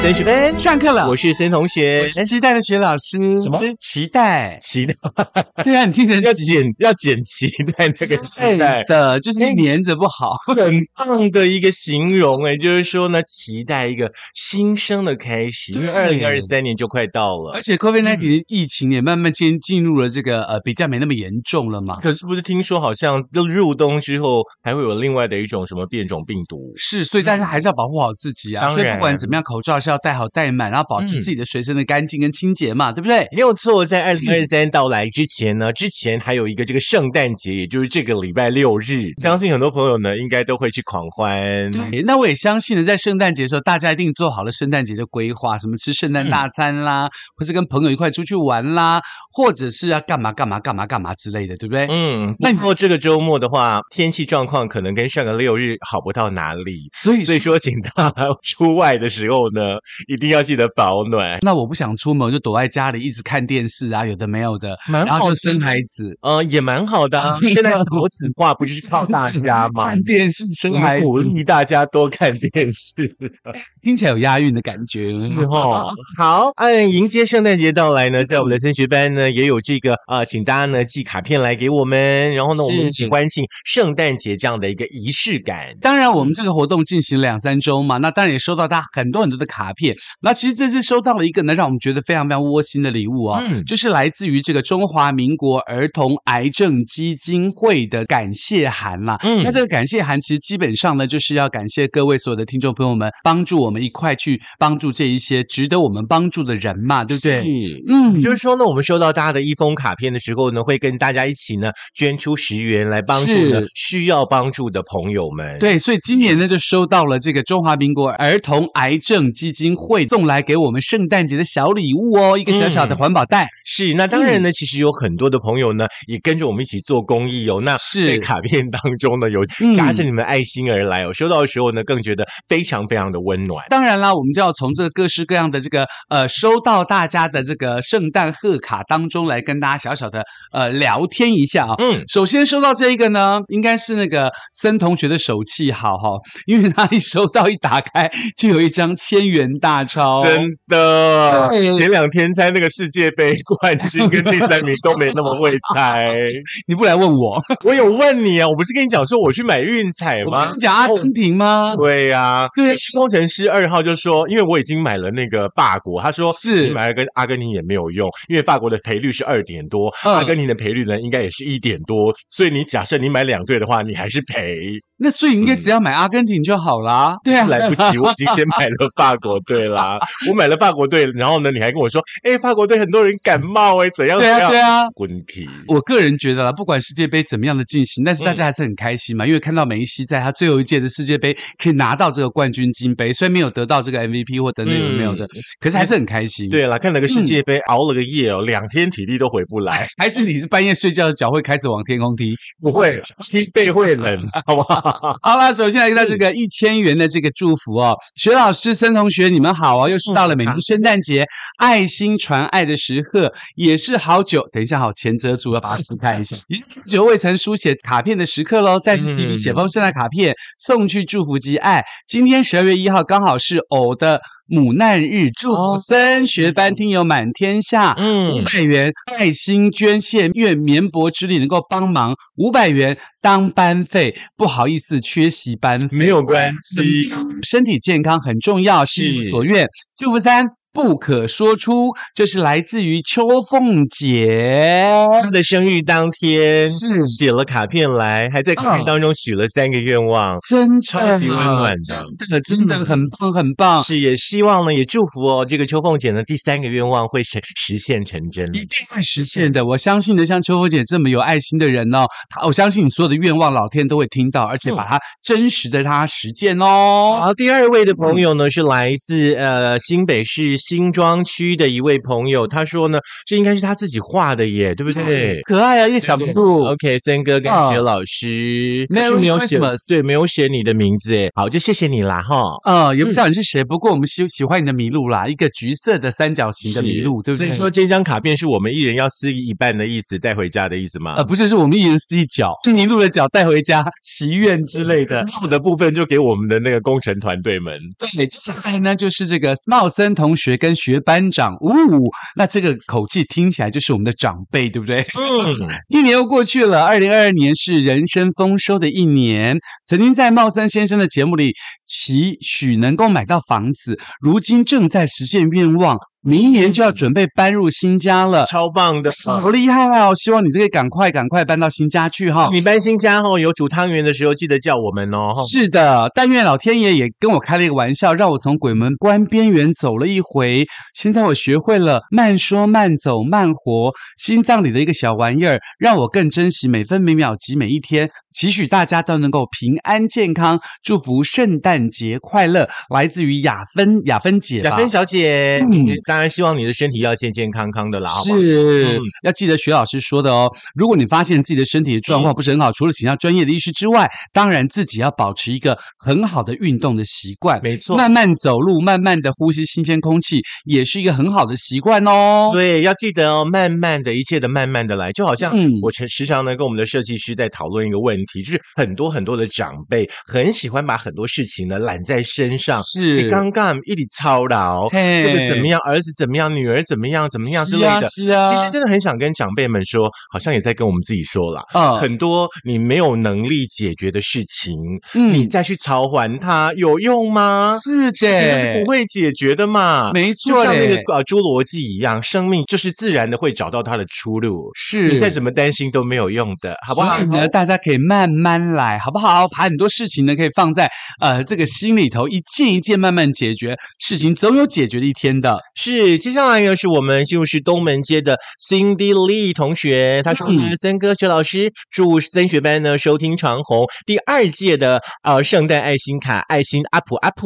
森学分哎上课了，我是森同学我。是期待的学老师。什么是期待？期待 对啊，你听成要剪要剪期待那个期待，的，就是哎你粘着不好。 很棒的一个形容哎、就是说呢，期待一个新生的开始，因为二对零二三年就快到了而。且嗯 COVID-19 的疫情也慢慢进进入了这个呃比较没那么严重了嘛。可是不是听说好像入冬之后还会有另外的一种什么变种病毒？是，所以大家还是要保护好自己啊。当所以不管然怎么样，口罩是要戴好戴满，然后保持嗯自己的随身的干净跟清洁嘛，对不对？没有错，在二零二三到来之前 呢，之前还有一个这个圣诞节，也就是这个礼拜六日，相信很多朋友呢应该都会去狂欢。对，哎那我也相信呢，在圣诞节的时候，大家一定做好了圣诞节的规划，什么吃圣嗯诞大餐啦，或是跟朋友一块出去玩啦，或者是要干嘛干嘛干嘛干嘛之类的，对不对？嗯，那那你过这个周末的话，天气状况可能跟上个六日好不到哪里，所以所以说，请大家出外的时候呢，一定要记得保暖。那我不想出门，我就躲在家里一直看电视啊，有的没有的，蛮然后好就的生孩子，呃，也蛮好的、啊。现 在国子化不就是靠大家吗？看电视生我孩们子，鼓励大家多看电视。听起来有押韵的感觉。 嗯是哦，好，嗯，迎接圣诞节到来呢，在我们的升学班呢，也有这个啊、呃请大家呢寄卡片来给我们，然后呢，我们一起欢庆圣诞节这样的一个仪式感。当然，我们这个活动进行两三周嘛，那当然也收到大家很多很多的卡片。那其实这次收到了一个呢，让我们觉得非常非常窝心的礼物哦，嗯就是来自于这个中华民国儿童癌症基金会的感谢函啦。嗯那这个感谢函其实基本上呢，就是要感谢各位所有的听众朋友们，帮助我们一块去帮助这一些值得我们帮助的人嘛，对不对？是。嗯就是说呢，我们收到大家的一封卡片的时候呢，会跟大家一起呢捐出十元来帮助呢是需要帮助的朋友们。，对，所以今年呢，就收到了这个中华民国儿童癌症基金会送来给我们圣诞节的小礼物哦，一个小小的嗯环保袋。是那当嗯然呢，其实有很多的朋友呢也跟着我们一起做公益哦。那是在卡片当中呢，有嗯夹着你们的爱心而来哦，收到的时候呢，更觉得非常非常的温暖。当然啦，我们就要从这个各式各样的这个呃，收到大家的这个呃圣诞贺卡当中来跟大家小小的呃聊天一下啊、嗯，首先收到这一个呢，应该是那个森同学的手气好哈、因为他一收到一打开就有一张千元大钞，真的对，前两天猜那个世界杯冠军跟第三名都没那么会猜。 你不来问我，我有问你啊，我不是跟你讲说我去买运彩我跟吗你？讲阿根廷吗？对呀、啊，对是工程师二号就说，因为我已经买了那个法国，他说是你买了跟阿根廷也没有用，因为法国的赔率是二点多，嗯阿根廷的赔率呢应该也是一点多，所以你假设你买两队的话，你还是赔，那所以你应该只要买阿根廷就好啦。对啊，来不及，我已经先买了法国 队啦，我买了法国队，然后呢你还跟我说，哎，法国队很多人感冒哎、怎样怎对样，啊，对啊。滚题。我个人觉得啦，不管世界杯怎么样的进行，但是大家还是很开心嘛，因为看到梅西在他最后一届的世界杯可以拿到这个冠军金杯，虽然没有得到这个 MVP 或等等有没有的，可是还是很开心。，对了，看了个世界杯，熬了个夜哦，两天体力都回不来。还是你是半夜睡觉的脚会开始往天空踢。不会，踢背会冷，好不好？好啦，首先来到这个一千元的这个祝福哦，学老师、森同学，你们好哦！又是到了每年圣诞节、爱心传爱的时刻，也是好久等一下好前遮住，要把它撕开一下，也是好久未曾书写卡片的时刻喽！再次提笔写封圣诞卡片，送去祝福及爱。今天十二月一号刚好是偶的母难日，祝福哦森学班听友满天下。五嗯，百元爱心捐献，愿绵薄之力能够帮忙。五百元当班费，不好意思缺席班费，没有关系。身体健康很重要，事是如所愿。祝福三不可说出，这是来自于秋凤姐。他的生日当天是写了卡片来，还在卡片当中许了三个愿望，真超级温暖的。的，真的很棒，很棒。是也希望呢，也祝福哦，这个秋凤姐呢，第三个愿望会实实现成真。一定会实现的，我相信的。像秋凤姐这么有爱心的人哦，她我相信你所有的愿望，老天都会听到，而且嗯把它真实的让它实践哦。好，第二位的朋友呢是来自呃新北市新庄区的一位朋友，他说呢，这应该是他自己画的耶，对不对？可爱啊，一个小嗯对哦鹿。 OK，森哥跟哦学老师， Merry 但是没有写 Christmas 对，没有写你的名字哎，好，就谢谢你啦哈。呃，也不知道你是谁，不过我们喜喜欢你的麋鹿啦，一个橘色的三角形的麋鹿，对不所对？以说这张卡片是我们一人要撕一半的意思，带回家的意思吗？呃，不是，是我们一人撕一角， 就麋鹿的角带回家祈愿之类 的。后的部分就给我们的那个工程团队们。对，接下来呢就是这个茂森同学跟学班长，呜、呜，那这个口气听起来就是我们的长辈，对不对？嗯，一年又过去了，二零二二年是人生丰收的一年。曾经在茂森先生的节目里期许能够买到房子，如今正在实现愿望，明年就要准备搬入新家了。超棒的。好厉害啊！希望你这个赶快赶快搬到新家去哈。你搬新家后有煮汤圆的时候，记得叫我们哦。是啊的，但愿老天爷也跟我开了一个玩笑，让我从鬼门关边缘走了一回。现在我学会了慢说、慢走、慢活，心脏里的一个小玩意儿，让我更珍惜每分每秒及每一天。期许大家都能够平安健康，祝福圣诞节快乐！来自于雅芬，雅芬姐啊吧，雅芬小姐，嗯当然希望你的身体要健健康康的啦。好不好是嗯要记得徐老师说的哦。如果你发现自己的身体的状况不是很好，除了请教专业的医师之外，当然自己要保持一个很好的运动的习惯。没错。慢慢走路，慢慢的呼吸新鲜空气，也是一个很好的习惯哦。对，要记得哦，慢慢的一切的慢慢的来，就好像嗯我时时常呢跟我们的设计师在讨论一个问题，就是很多很多的长辈很喜欢把很多事情呢揽在身上，是刚刚一直操劳，嘿这个怎么样，儿子怎么样，女儿怎么样，怎么样之是类啊的。是啊，其实真的很想跟长辈们说，好像也在跟我们自己说啦，啊，很多你没有能力解决的事情，嗯你再去偿还它有用吗？啊是事情是的，不会解决的嘛。没就错像那嘞，个呃侏罗纪一样，生命就是自然的会找到它的出路，你是再怎么担心都没有用的，好不好所以？呢，大家可以慢慢来，好不好？把很多事情呢，可以放在呃这个心里头，一件一件慢慢解决，事情总有解决的一天的。是，接下来呢是我们就是东门街的 Cindy Lee 同学，他说嗯呢，森哥学老师祝森学班呢收听长虹第二届的呃圣诞爱心卡，爱心 up up，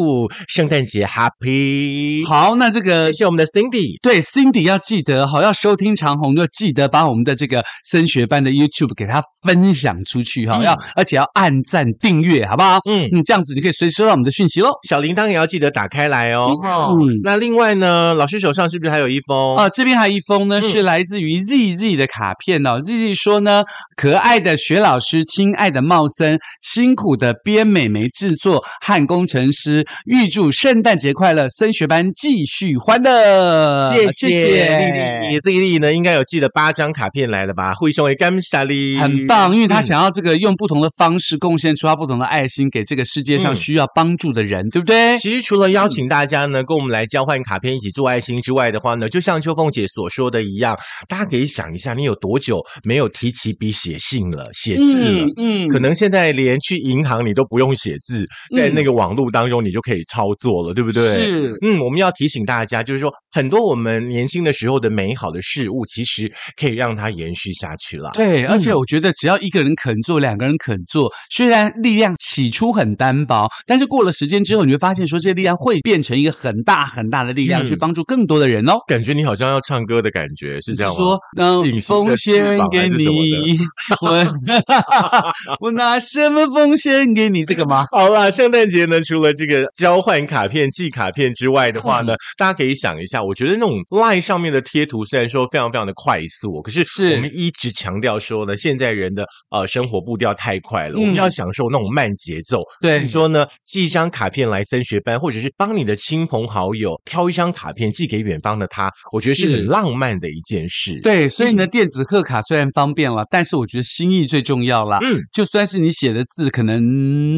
圣诞节 happy。，呃好，那这个谢谢我们的 Cindy。对 Cindy 要记得好，要收听长虹就记得把我们的这个升学班的 YouTube 给它分享出去哈、嗯要而且要按赞订阅，好不好？嗯，嗯，这样子你可以随时收到我们的讯息喽。小铃铛也要记得打开来哦。嗯那另外呢，老师手上是不是还有一封？啊，这边还有一封呢，嗯是来自于 ZZ 的卡片哦。ZZ 说呢，可爱的学老师，亲爱的茂森，辛苦的编美眉制作和工程师，预祝圣诞节快乐，升学班继续欢乐。呃谢谢丽丽，这个丽丽呢，应该有寄了八张卡片来了吧？会兄也感谢你，很棒，因为他嗯想要这个用不同的方式贡献出他不同的爱心，给这个世界上嗯啊需要帮助的人，对不对？其实除了嗯邀请大家呢，跟我们来交换卡片、一起做爱心之外的话呢，就像秋凤姐所说的一样，大家可以想一下，你有多久没有提起笔写信了、写字了？嗯可能现在连去银行你都不用写字，在那个网络当中你就可以操作了，对不对？。嗯是嗯，我们要提醒大家，就是说，很多我们年轻的时候的美好的事物，其实可以让它延续下去了。对，而且嗯我觉得只要一个人肯做，两个人肯做，虽然力量起初很单薄，但是过了时间之后，你会发现说这些力量会变成一个很大很大的力量，嗯去帮助更多的人哦。感觉你好像要唱歌的感觉，是你这样吗？说，嗯，隐形奉的翅献膀还给是什么的你， 我我拿什么奉献给你？这个吗？好啦，圣诞节呢，除了这个交换卡片、寄卡片之外的嗯话呢，大家可以想一下，我觉得那种 LINE 上面的贴图虽然说非常非常的快速哦，可是是我们一直强调说呢，现在人的呃生活步调太快了，我嗯们要享受那种慢节奏。对你，说呢？寄一张卡片来升学班，或者是帮你的亲朋好友挑一张卡片寄给远方的他，我觉得是是很浪漫的一件事。，对，所以呢，嗯电子贺卡虽然方便了，但是我觉得心意最重要啦。嗯。就算是你写的字可能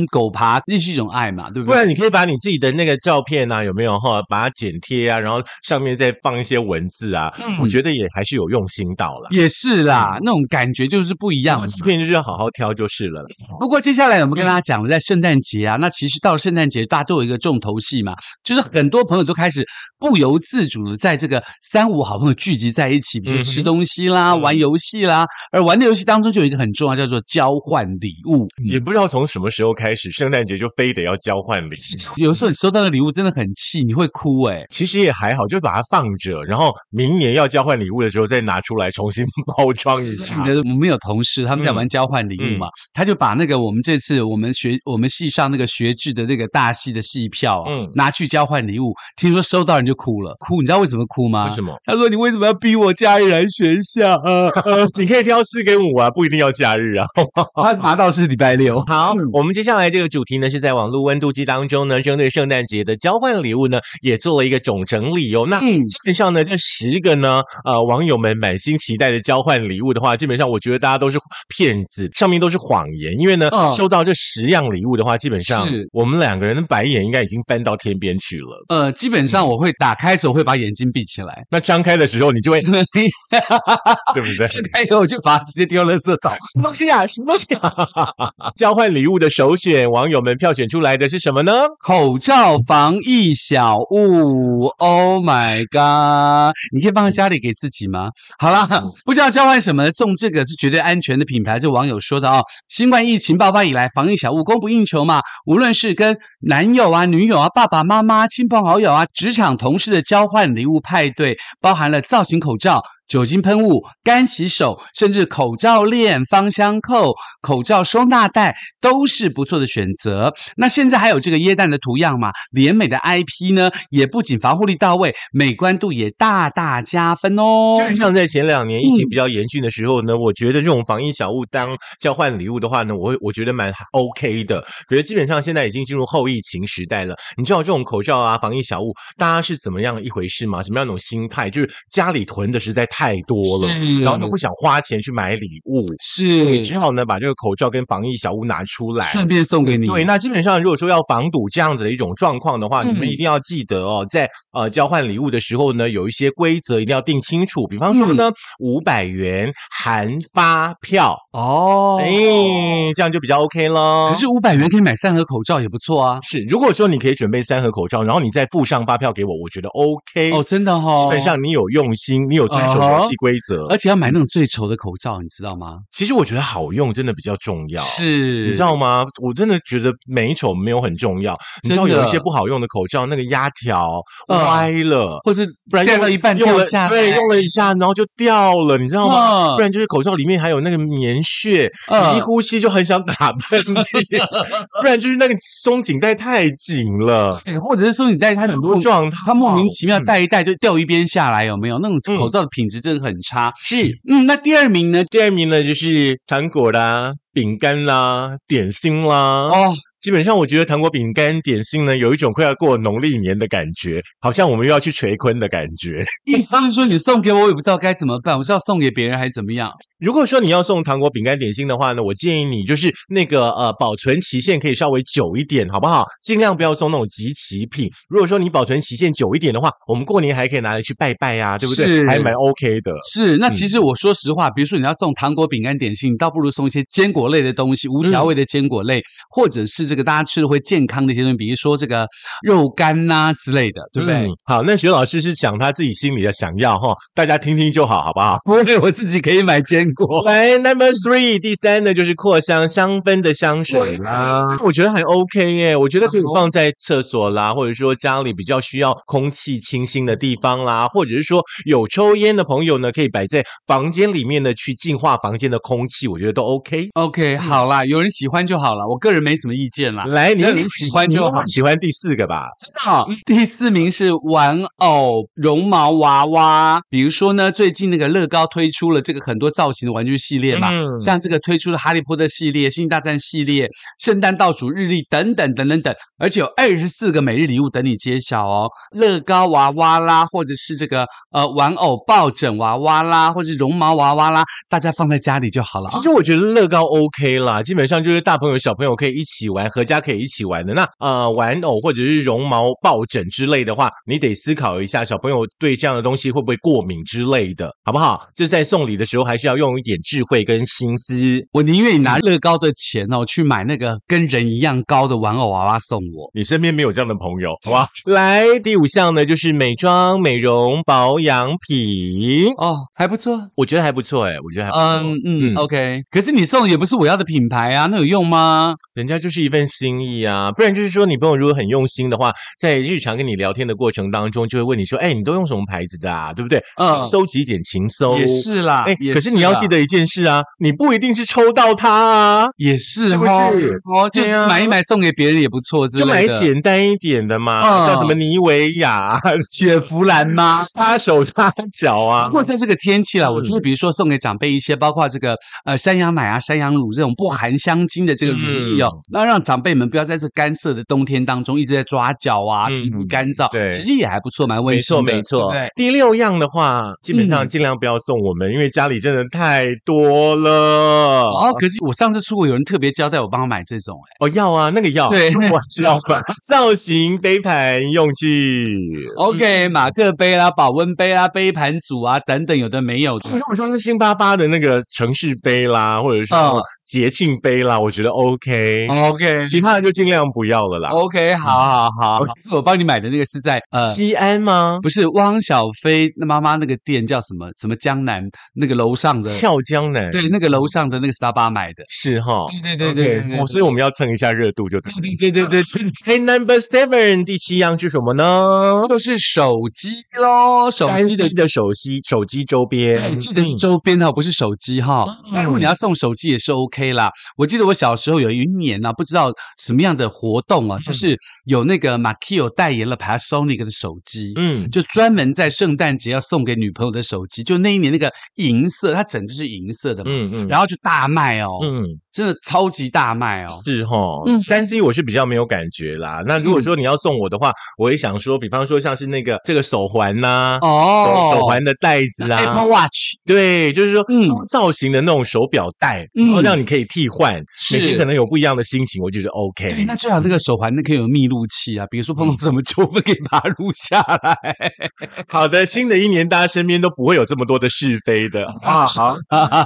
嗯狗爬，那是一种爱嘛，对不不对？然你可以把你自己的那个照片啊，有没有哈，把它剪贴啊，然后上面再放一些文字啊，嗯我觉得也还是有用心到了。也是啦，嗯那种感觉就是不一样嘛。这片就是要好好挑就是了。不过接下来我们跟嗯大家讲了，在圣诞节啊，那其实到了圣诞节，大家都有一个重头戏嘛，就是很多朋友都开始不由自主呢，在这个三五好朋友聚集在一起，比如说吃嗯哼东西啦、玩游戏啦，而玩的游戏当中就有一个很重要，叫做交换礼物。也不知道从什么时候开始，圣诞节就非得要交换礼。有时候你收到的礼物真的很气，你会哭欸诶、其实也还好，就把它放着，然后明年要交换礼物的时候再拿出来重新 包装一你下。的我们有同事，他们在玩交换礼物嘛，嗯他就把那个我们这次我们学我们系上那个学制的那个大戏的戏票啊，嗯拿去交换礼物，听说收到人就哭了，哭，你知道为什么哭吗？为什么？ 他说：“你为什么要逼我假日来学校？” 呃呃，你可以挑四跟五啊，不一定要假日啊。 他拿到是礼拜六。好，我们接下来这个主题呢，是在网络温度计当中呢，针对圣诞节的交换礼物呢，也做了一个总整理哦。那嗯基本上呢，这十个呢，呃，网友们满心期待的交换礼物的话，基本上我觉得大家都是骗子，上面都是谎言，因为呢，嗯收到这十样礼物的话，基本上是我们两个人的白眼应该已经翻到天边去了。呃，基本上我会打开的时候会把眼睛闭起来，那张开的时候，你就会 对不对？开以后我就把它直接丢垃圾桶。什么东西啊？什么东西啊？ 交换礼物的首选，网友们票选出来的是什么呢？口罩防疫小物，Oh my god！你可以放在家里给自己吗？好啦，不知道交换什么，送这个是绝对安全的品牌。这网友说的哦，新冠疫情爆发以来，防疫小物供不应求嘛，无论是跟男友啊、女友啊、爸爸妈妈、亲朋好友啊、职场同事的交换礼物派对，包含了造型口罩。酒精喷雾、干洗手，甚至口罩链、芳香扣、口罩收纳袋都是不错的选择。那现在还有这个椰蛋的图样嘛？联美的 IP 呢，也不仅防护力到位，美观度也大大加分哦。嗯基本上在前两年疫情比较严峻的时候呢，我觉得这种防疫小物当交换礼物的话呢，我会我觉得蛮 OK 的。可是基本上现在已经进入后疫情时代了，你知道这种口罩啊、防疫小物，大家是怎么样一回事吗？什么样一种心态？就是家里囤的实在太多了，是嗯然后又不想花钱去买礼物，是只好呢把这个口罩跟防疫小物拿出来。顺便送给你。对，那基本上如果说要防堵这样子的一种状况的话，你们一定要记得哦，在呃交换礼物的时候呢，有一些规则一定要定清楚。比方说呢，五百元含发票，哦，哎、这样就比较 OK 咯。可是五百元可以买三盒口罩，也不错啊。是，如果说你可以准备三盒口罩，然后你再附上发票给我，我觉得 OK。哦，真的哈、哦，哎基本上你有用心，你有遵守游戏规则，而且要买那种最丑的口罩，你知道吗？呃其实我觉得好用真的比较重要。是，你知道吗？我真的觉得美丑没有很重要。你知道真的有一些不好用的口罩，那个压条嗯歪了，或是不然掉用到了一半用掉了下来，对，用了一下，然后就掉了，你知道吗？嗯不然就是口罩里面还有那个棉絮，嗯你一呼吸就很想打喷嚏， 不然就是那个松紧带太紧了，哎或者是说你戴它很很多状态，它莫名其妙嗯戴一戴就掉一边下来，有没有？那种嗯口罩的品质真的很差。是。嗯，那第二名呢？第二名呢，就是糖果啦、饼干啦、点心啦。哦，基本上，我觉得糖果、饼干、点心呢，有一种快要过农历年的感觉，好像我们又要去垂坤的感觉。 意思是说你送给我，我也不知道该怎么办，我是要送给别人还是怎么样？如果说你要送糖果、饼干、点心的话呢，我建议你就是那个呃，保存期限可以稍微久一点，好不好？尽量不要送那种集齐品。如果说你保存期限久一点的话，我们过年还可以拿来去拜拜呀、对不是对？还蛮 OK 的。是，那其实我说实话，比如说你要送糖果、饼干、点心，你倒不如送一些坚果类的东西，无调味的坚果类，或者是这个大家吃的会健康的一些东西，比如说这个肉干呐、之类的，对不对？嗯好，那徐老师是想他自己心里的想要哈，大家听听就好，好不好？不会，我自己可以买坚果。 来，Number Three，第三呢就是扩香香氛的香水啦，我觉得还 OK 耶，我觉得可以嗯放在厕所啦，或者说家里比较需要空气清新的地方啦，或者是说有抽烟的朋友呢，可以摆在房间里面呢去净化房间的空气，我觉得都 OK。 OK，好啦，有人喜欢就好了，我个人没什么意见啦。来，只你要你喜欢就好喜欢第四个吧，好，第四名是玩偶绒毛娃娃，比如说呢，最近那个乐高推出了这个很多造型的玩具系列嘛，嗯像这个推出了哈利波特系列、星际大战系列、圣诞倒数日历等等等等等，而且有二十四个每日礼物等你揭晓哦。乐高娃娃啦，或者是这个呃玩偶抱枕娃娃啦，或者是绒毛娃娃啦，大家放在家里就好了啊。其实我觉得乐高 OK 啦，基本上就是大朋友小朋友可以一起玩，合家可以一起玩的。那呃，玩偶或者是绒毛抱枕之类的话，你得思考一下小朋友对这样的东西会不会过敏之类的，好不好？这在送礼的时候还是要用一点智慧跟心思。我宁愿你拿乐高的钱哦，去买那个跟人一样高的玩偶娃娃送我。你身边没有这样的朋友，好吧？来，第五项呢，就是美妆、美容、保养品，哦，还不错。我觉得还不错哎，我觉得还不错。嗯嗯嗯，OK。可是你送的也不是我要的品牌啊，那有用吗？人家就是一份心意啊，不然就是说你朋友如果很用心的话，在日常跟你聊天的过程当中，就会问你说：“哎，你都用什么牌子的啊？对不对？”嗯收集一点情搜也。是啦，哎，也可是你要啦记。得一件事啊，你不一定是抽到它啊，也是，是不哦是？哦，就对是啊买一买送给别人也不错之就买类的。简单一点的嘛，嗯像什么妮维 雅、雪佛兰吗？擦手擦 脚啊不。过在这个天气啦，我就会嗯比如说送给长辈一些，包括这个呃山羊奶啊、山羊乳这种不含香精的这个乳液哦，那让长辈们不要在这干涩的冬天当中一直在抓脚啊，嗯皮肤干燥，对其实也还不错，蛮温没馨错，的，没错对不对。第六样的话，基本上嗯尽量不要送我们，因为家里真的太多了。哦，可是我上次出国，有人特别交代我帮他买这种、哎，哦，要啊，那个要，对 我是要买造型、杯盘、用具。 OK，马克杯啦、保温杯啦、杯盘组啊等等，有的没有的。如果说是星巴巴的那个城市杯啦，或者是那种嗯节庆杯啦，我觉得 OK，、 OK 其他的就尽量不要了啦。哦 OK，好哦好好，好是我帮你买的那个是在呃西安吗？不是汪小菲那妈妈那个店叫什么什么江南那个楼上的，俏江南对，那个楼上的那个 s t a r b u 买的。是哈。对 OK，我所以我们要蹭一下热度就对了。对对对，就是哎，Number Seven 第七样是什么呢？就是手机喽，手单机的。一的手机手机周边，记得是哎嗯周边哦哈，不是手机哈。那如果你要送手机也是 OK 啦。我记得我小时候有一年呢、不知道什么样的活动啊，嗯就是有那个 Makio 代言了 Panasonic 的手机，嗯，就专门在圣诞节要送给女朋友的手机，就那一年那个银色，它整只是银色的嘛，嗯嗯，然后就大卖哦，嗯。真的超级大卖哦。是哈，嗯三 C 我是比较没有感觉啦。那如果说你要送我的话，我也想说，比方说像是那个这个手环 呐、哦手手环的带子啊 Apple，Watch 对，就是说嗯多造型的那种手表带，嗯然后让你可以替换，是每天可能有不一样的心情，我觉得对， OK。哎那最好那个手环那可以有密录器啊，比如说碰到什么纠纷可以把它录下来。好的，新的一年大家身边都不会有这么多的是非 的啊。好，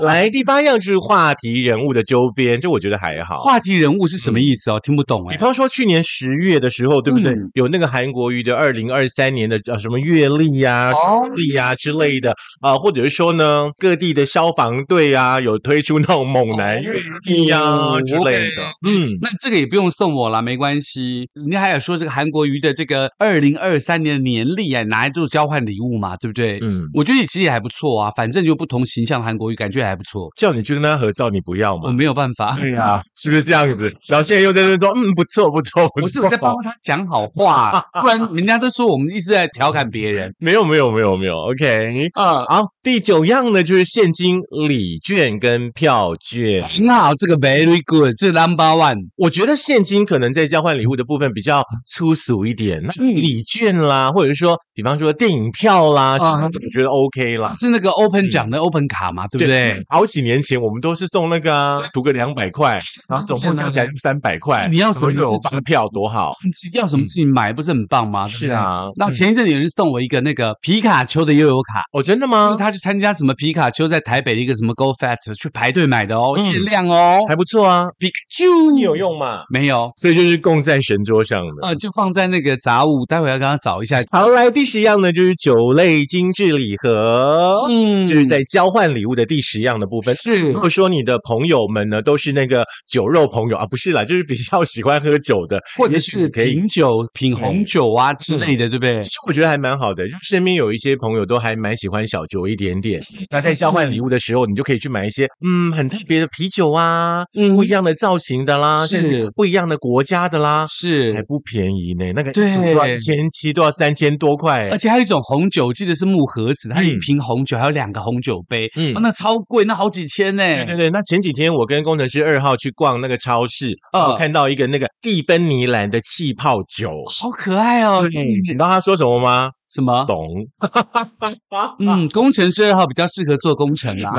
来第八样是话题人物的周边，这我觉得还好。 话题人物是什么意思哦？听不懂哎比。方说去年十月的时候，对不对？嗯有那个韩国瑜的二零二三年的呃什么阅历呀、哦啊、力呀、之类的啊、或者是说呢，各地的消防队啊有推出那种猛男阅历呀、哦之类的，嗯。那这个也不用送我啦，没关系。人家还有说这个韩国瑜的这个二零二三年的年历啊，拿来做交换礼物嘛，对不对？嗯，我觉得其实也还不错啊，反正就不同形象的韩国瑜，感觉也还不错。叫你去跟他合照，你不要我吗？没有办法，对呀、是不是这样子？然后现在又在那边说，嗯，不错，不错，不错。不是我在帮他讲好话， 不然人家都说我们一直在调侃别人。没有，没有，没有，没有。OK，啊、好，第九样呢就是现金、礼券跟票券。很好，这个 very good，这 number one。我觉得现金可能在交换礼物的部分比较粗俗一点，那嗯礼券啦，或者是说，比方说电影票啦，啊我觉得 OK 啦。是那个 Open 奖的 Open 卡嘛，对不对？？ 好几年前我们都是送那个啊，图个两百块，然后总共加起来就三百块。你要什所么以事有情发票多好？要什么自己买，不是很棒吗？对是啊不对嗯那前一阵子有人送我一个那个皮卡丘的悠游卡，哦，真的就是吗？他去参加什么皮卡丘在台北的一个什么 Go Fest 去排队买的哦，嗯限量哦。还不错啊，皮卡丘你有？用吗？没有，所以就是供在神桌上的。呃，就放在那个杂物，待会要跟他找一下。好，来第十样呢，就是酒类精致礼盒。嗯就是在交换礼物的第十样的部分。是如果说你的朋友们呢都是那个酒肉朋友啊，不是啦，就是比较喜欢喝酒的，或者也许是可以。品酒、品红酒啊之类嗯的，对不对其？实我觉得还蛮好的，就是身边有一些朋友都还蛮喜欢小酌一点点。那在交换礼物的时候，你就可以去买一些嗯很特别的啤酒啊，嗯不一样的啊造型的啦，是甚至不一样的国家的啦，还是，不便宜呢。那个对哎什么都要一千七，都要三千多块而。且还有一种红酒，我记得是木盒子，它一嗯瓶红酒还有两个红酒杯，嗯哦那超贵，那好几千呢。对对对，那前几天我跟工程师二号去逛那个超市，嗯我看到一个那个蒂芬尼蓝的气泡酒，好可爱哦！你知道他说什么吗？什么？怂？啊嗯，工程师二号比较适合做工程啦，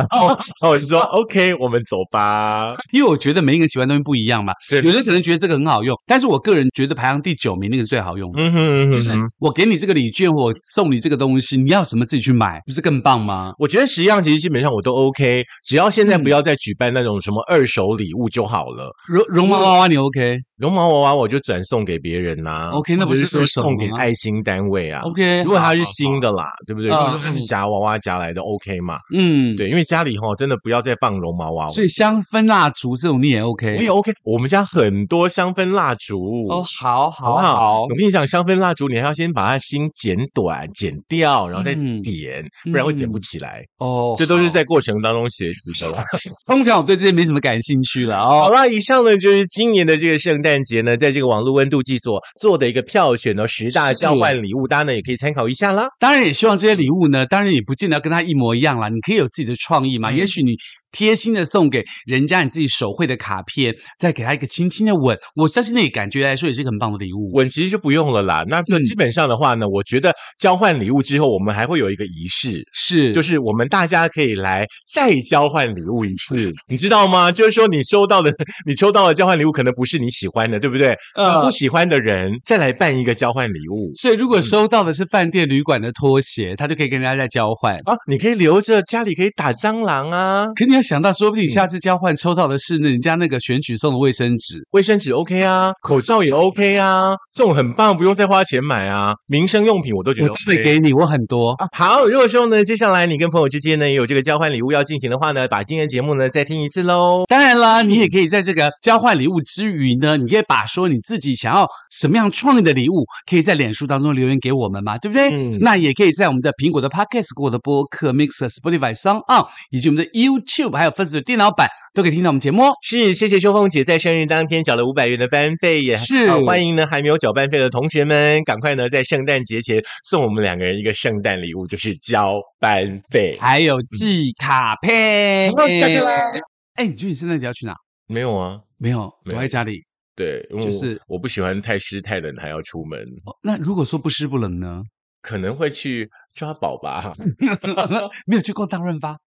哦，你说啊 OK，我们走吧。因为我觉得每一个人喜欢的东西不一样嘛。是有些可能觉得这个很好用，但是我个人觉得排行第九名那个最好用。嗯哼就是我给你这个礼券，我送你这个东西，你要什么自己去买，不是更棒吗？我觉得十样其实基本上我都 OK，只要现嗯在不要再举办那种什么二手礼物就好了。绒绒毛娃娃你 OK 绒毛娃娃我就转送给别人呐、 OK，那不是或者说二手送给吗爱心单位啊。 OK，如果它好是好新的啦，对不对？如嗯果是夹娃娃夹来的 OK 嘛？嗯，对，因为家里哈真的不要再放绒毛娃娃所。以香氛蜡烛这种你也 OK，我也 OK，我们家很多香氛蜡烛哦，好好好不好我，跟你讲，香氛蜡烛你还要先把它芯剪短、剪掉，然后再嗯点，不然会点不嗯起来。哦，这都是好在过程当中学习的啦。通常我对这些没什么感兴趣了好哦。啦，以上呢就是今年的这个圣诞节呢，在这个网络温度计所做的一个票选呢，十大交换礼物，大家呢也可以参考一下啦。当然也希望这些礼物呢，当然也不见得要跟它一模一样啦，你可以有自己的创意嘛。嗯也许你贴心的送给人家你自己手绘的卡片，再给他一个轻轻的吻，我相信那感觉来说也是一个很棒的礼物。我其实就不用了啦。那那嗯基本上的话呢，我觉得交换礼物之后，我们还会有一个仪式。是，就是是我们大家可以来再交换礼物一次，你知道吗？就是说你收到的，你抽到的交换礼物可能不是你喜欢的，对不对？呃呃，不喜欢的人再来办一个交换礼物所以如果收到的是饭店旅馆的拖鞋，他就可以跟人家再交换。啊，你可以留着，家里可以打蟑螂啊，可你要想到，说不定你下次交换抽到的是那人家那个选举送的卫生纸，卫生纸 OK 啊，口罩也 OK 啊，这种很棒，不用再花钱买啊。民生用品我都觉我得 OK 会给你，我很多。啊。好，如果说呢，接下来你跟朋友之间呢也有这个交换礼物要进行的话呢，把今天的节目呢再听一次喽。当然啦，你也可以在这个交换礼物之余呢，你可以把说你自己想要什么样创意的礼物，可以在脸书当中留言给我们嘛，对不对？嗯那也可以在我们的苹果的 Podcast、我的播客、Mixer、Spotify、s o n On，以及我们的 YouTube，还有 f i r 的电脑版，都可以听到我们节目哦。是，谢谢秋凤姐在生日当天缴了五百元的班费，也是好欢迎呢还没有缴班费的同学们，赶快呢在圣诞节前送我们两个人一个圣诞礼物，就是交班费。还有寄卡片。好下课啦哎，你觉得你圣诞节要去哪？没有啊，没有，没我有在家里。对，因为就我是我不喜欢太湿太冷还要出门，哦那如果说不湿不冷呢？ 可能会去抓宝吧。没有去逛大润发。